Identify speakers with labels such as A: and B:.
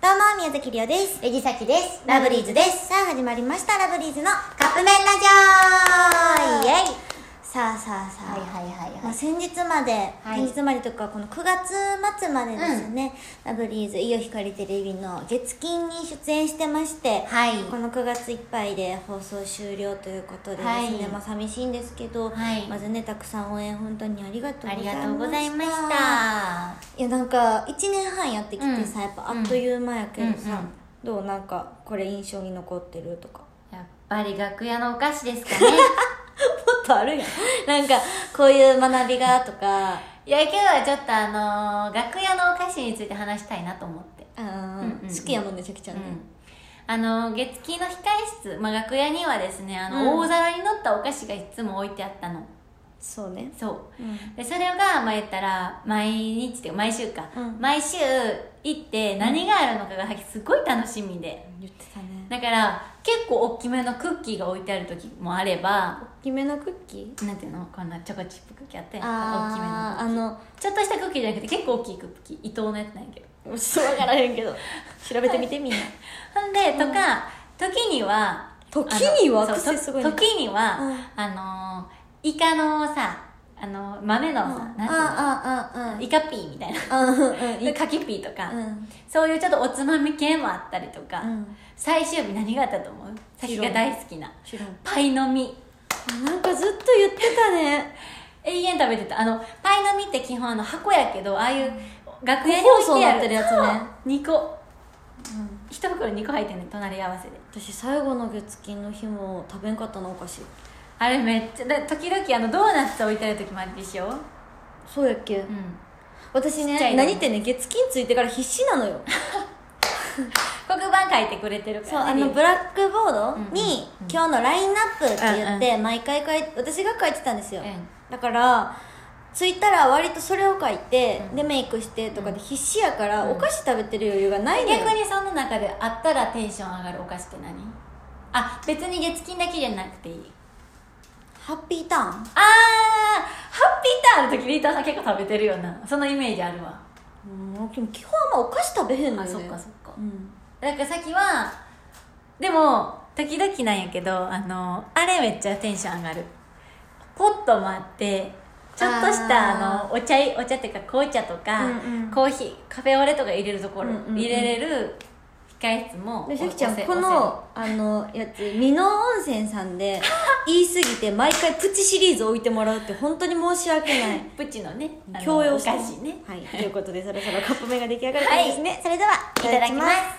A: どうも、宮崎りおです。
B: レジサキです。
A: ラブリーズです。さあ、始まりました、ラブリーズのカップ麺ラジオイエイさあさあさあ。
B: はいはいはい
A: ま
B: は
A: あ、
B: い。
A: 先日まで、
B: はい
A: 先日までとかこの9月末までですよね、ラブリーズ「イオ光テレビ」の月金に出演してまして、
B: はい
A: この9月いっぱいで放送終了ということでですね、
B: はい
A: まあ、寂しいんですけど、
B: はい
A: まずねたくさん応援本当にありがとう
B: あ
A: ござい
B: り
A: ました
B: がとうございました。
A: いやなんか1年半やってきて
B: う
A: さ
B: ん
A: やっぱあっという間やけどさ、
B: うんうん
A: どうなんかこれ印象に残ってるとか
B: やっぱり楽屋のお菓子ですかね。
A: もっとあるやんなんかこういう学びがとか
B: いや、今日はちょっとあのー楽屋のお菓子について話したいなと思って。
A: あ
B: うんうんうん
A: ー好きやもんねちゃきちゃんね、
B: あのー月金の控え室、まあ、楽屋にはですねあの、
A: うん
B: 大皿に乗ったお菓子がいつも置いてあったの
A: そうね
B: そう
A: うん
B: でそれがまあ言ったら毎日っていうか毎週か、
A: うん
B: 毎週行って何があるのかがすごい楽しみで
A: 言ってたね
B: だから結構大きめのクッキーが置いてある時もあれば
A: 大きめのクッキ
B: なんていうのこんなチョコチップクッキーあって
A: ー
B: 大きめの
A: あーあの
B: ちょっとしたクッキーじゃなくて結構大きいクッキー伊藤のやつなんやけど
A: もうちょっと分からへんけど調べてみて みんな
B: ほんで、とか時には
A: 時には
B: あのそう
A: 癖すごいね
B: と時には、
A: うん
B: あのーイカのさあのー豆の
A: あ
B: さ、なんていうの
A: ああああ
B: イカピーみたいな
A: あうんうんいい
B: カキピーとか、
A: うん
B: そういうちょっとおつまみ系もあったりとか、
A: うん
B: 最終日何があったと思うさっきが大好きな
A: 知らん
B: パイの実
A: あなんかずっと言ってたね
B: 永遠食べてたあのパイの実って基本あの箱やけどああいう楽屋に
A: 個包
B: 置い
A: 装に
B: てあ
A: な
B: る
A: ってるやつね
B: 2個一袋2個入ってんねん隣り合わせで
A: 私最後の月金の日も食べんかったなお菓子
B: あれめっちゃだ時々あのドーナツ置いてある時もあるでしょ
A: そうやっけ、
B: うん
A: 私
B: ちっちゃ
A: ね
B: いの
A: 何ってね月金ついてから必死なのよ
B: 黒板書いてくれてるか
A: そう
B: ら
A: あ
B: ね
A: のブラックボードに
B: うんうんうん
A: 今日のラインナップって言って毎回書い私が書いてたんですよ、
B: う
A: だから着いたら割とそれを書いて、
B: うん
A: でメイクしてとかで必死やから、
B: うん
A: お菓子食べてる余裕がない
B: ん
A: のよ
B: 逆にその中であったらテンション上がるお菓子って何あ別に月金だけじゃなくていい
A: ハッピーターン
B: あーハッピーターンの時リーターさん結構食べてるよなそのイメージあるわ
A: うんでも基本はお菓子食べへんの
B: あ
A: よ、ね、
B: そっかそっか
A: うん
B: だからさっきはでも時々なんやけどあのあれめっちゃテンション上がるポットもあってちょっとした
A: あー
B: あのお茶いお茶っていうか紅茶とか、
A: うんうん
B: コーヒーカフェオレとか入れるところ、
A: うんうんうん
B: 入れれる控え室も
A: でさきちゃん
B: おせ
A: こ
B: お
A: のあのやつ美濃温泉さんで言い過ぎて毎回プチシリーズ置いてもらうって本当に申し訳ない
B: せプチのね あの
A: 強要
B: お
A: して
B: 菓
A: ます
B: 子ね
A: はいということでそろそろカップ麺が出来上がるといいですね、それではい
B: いただきます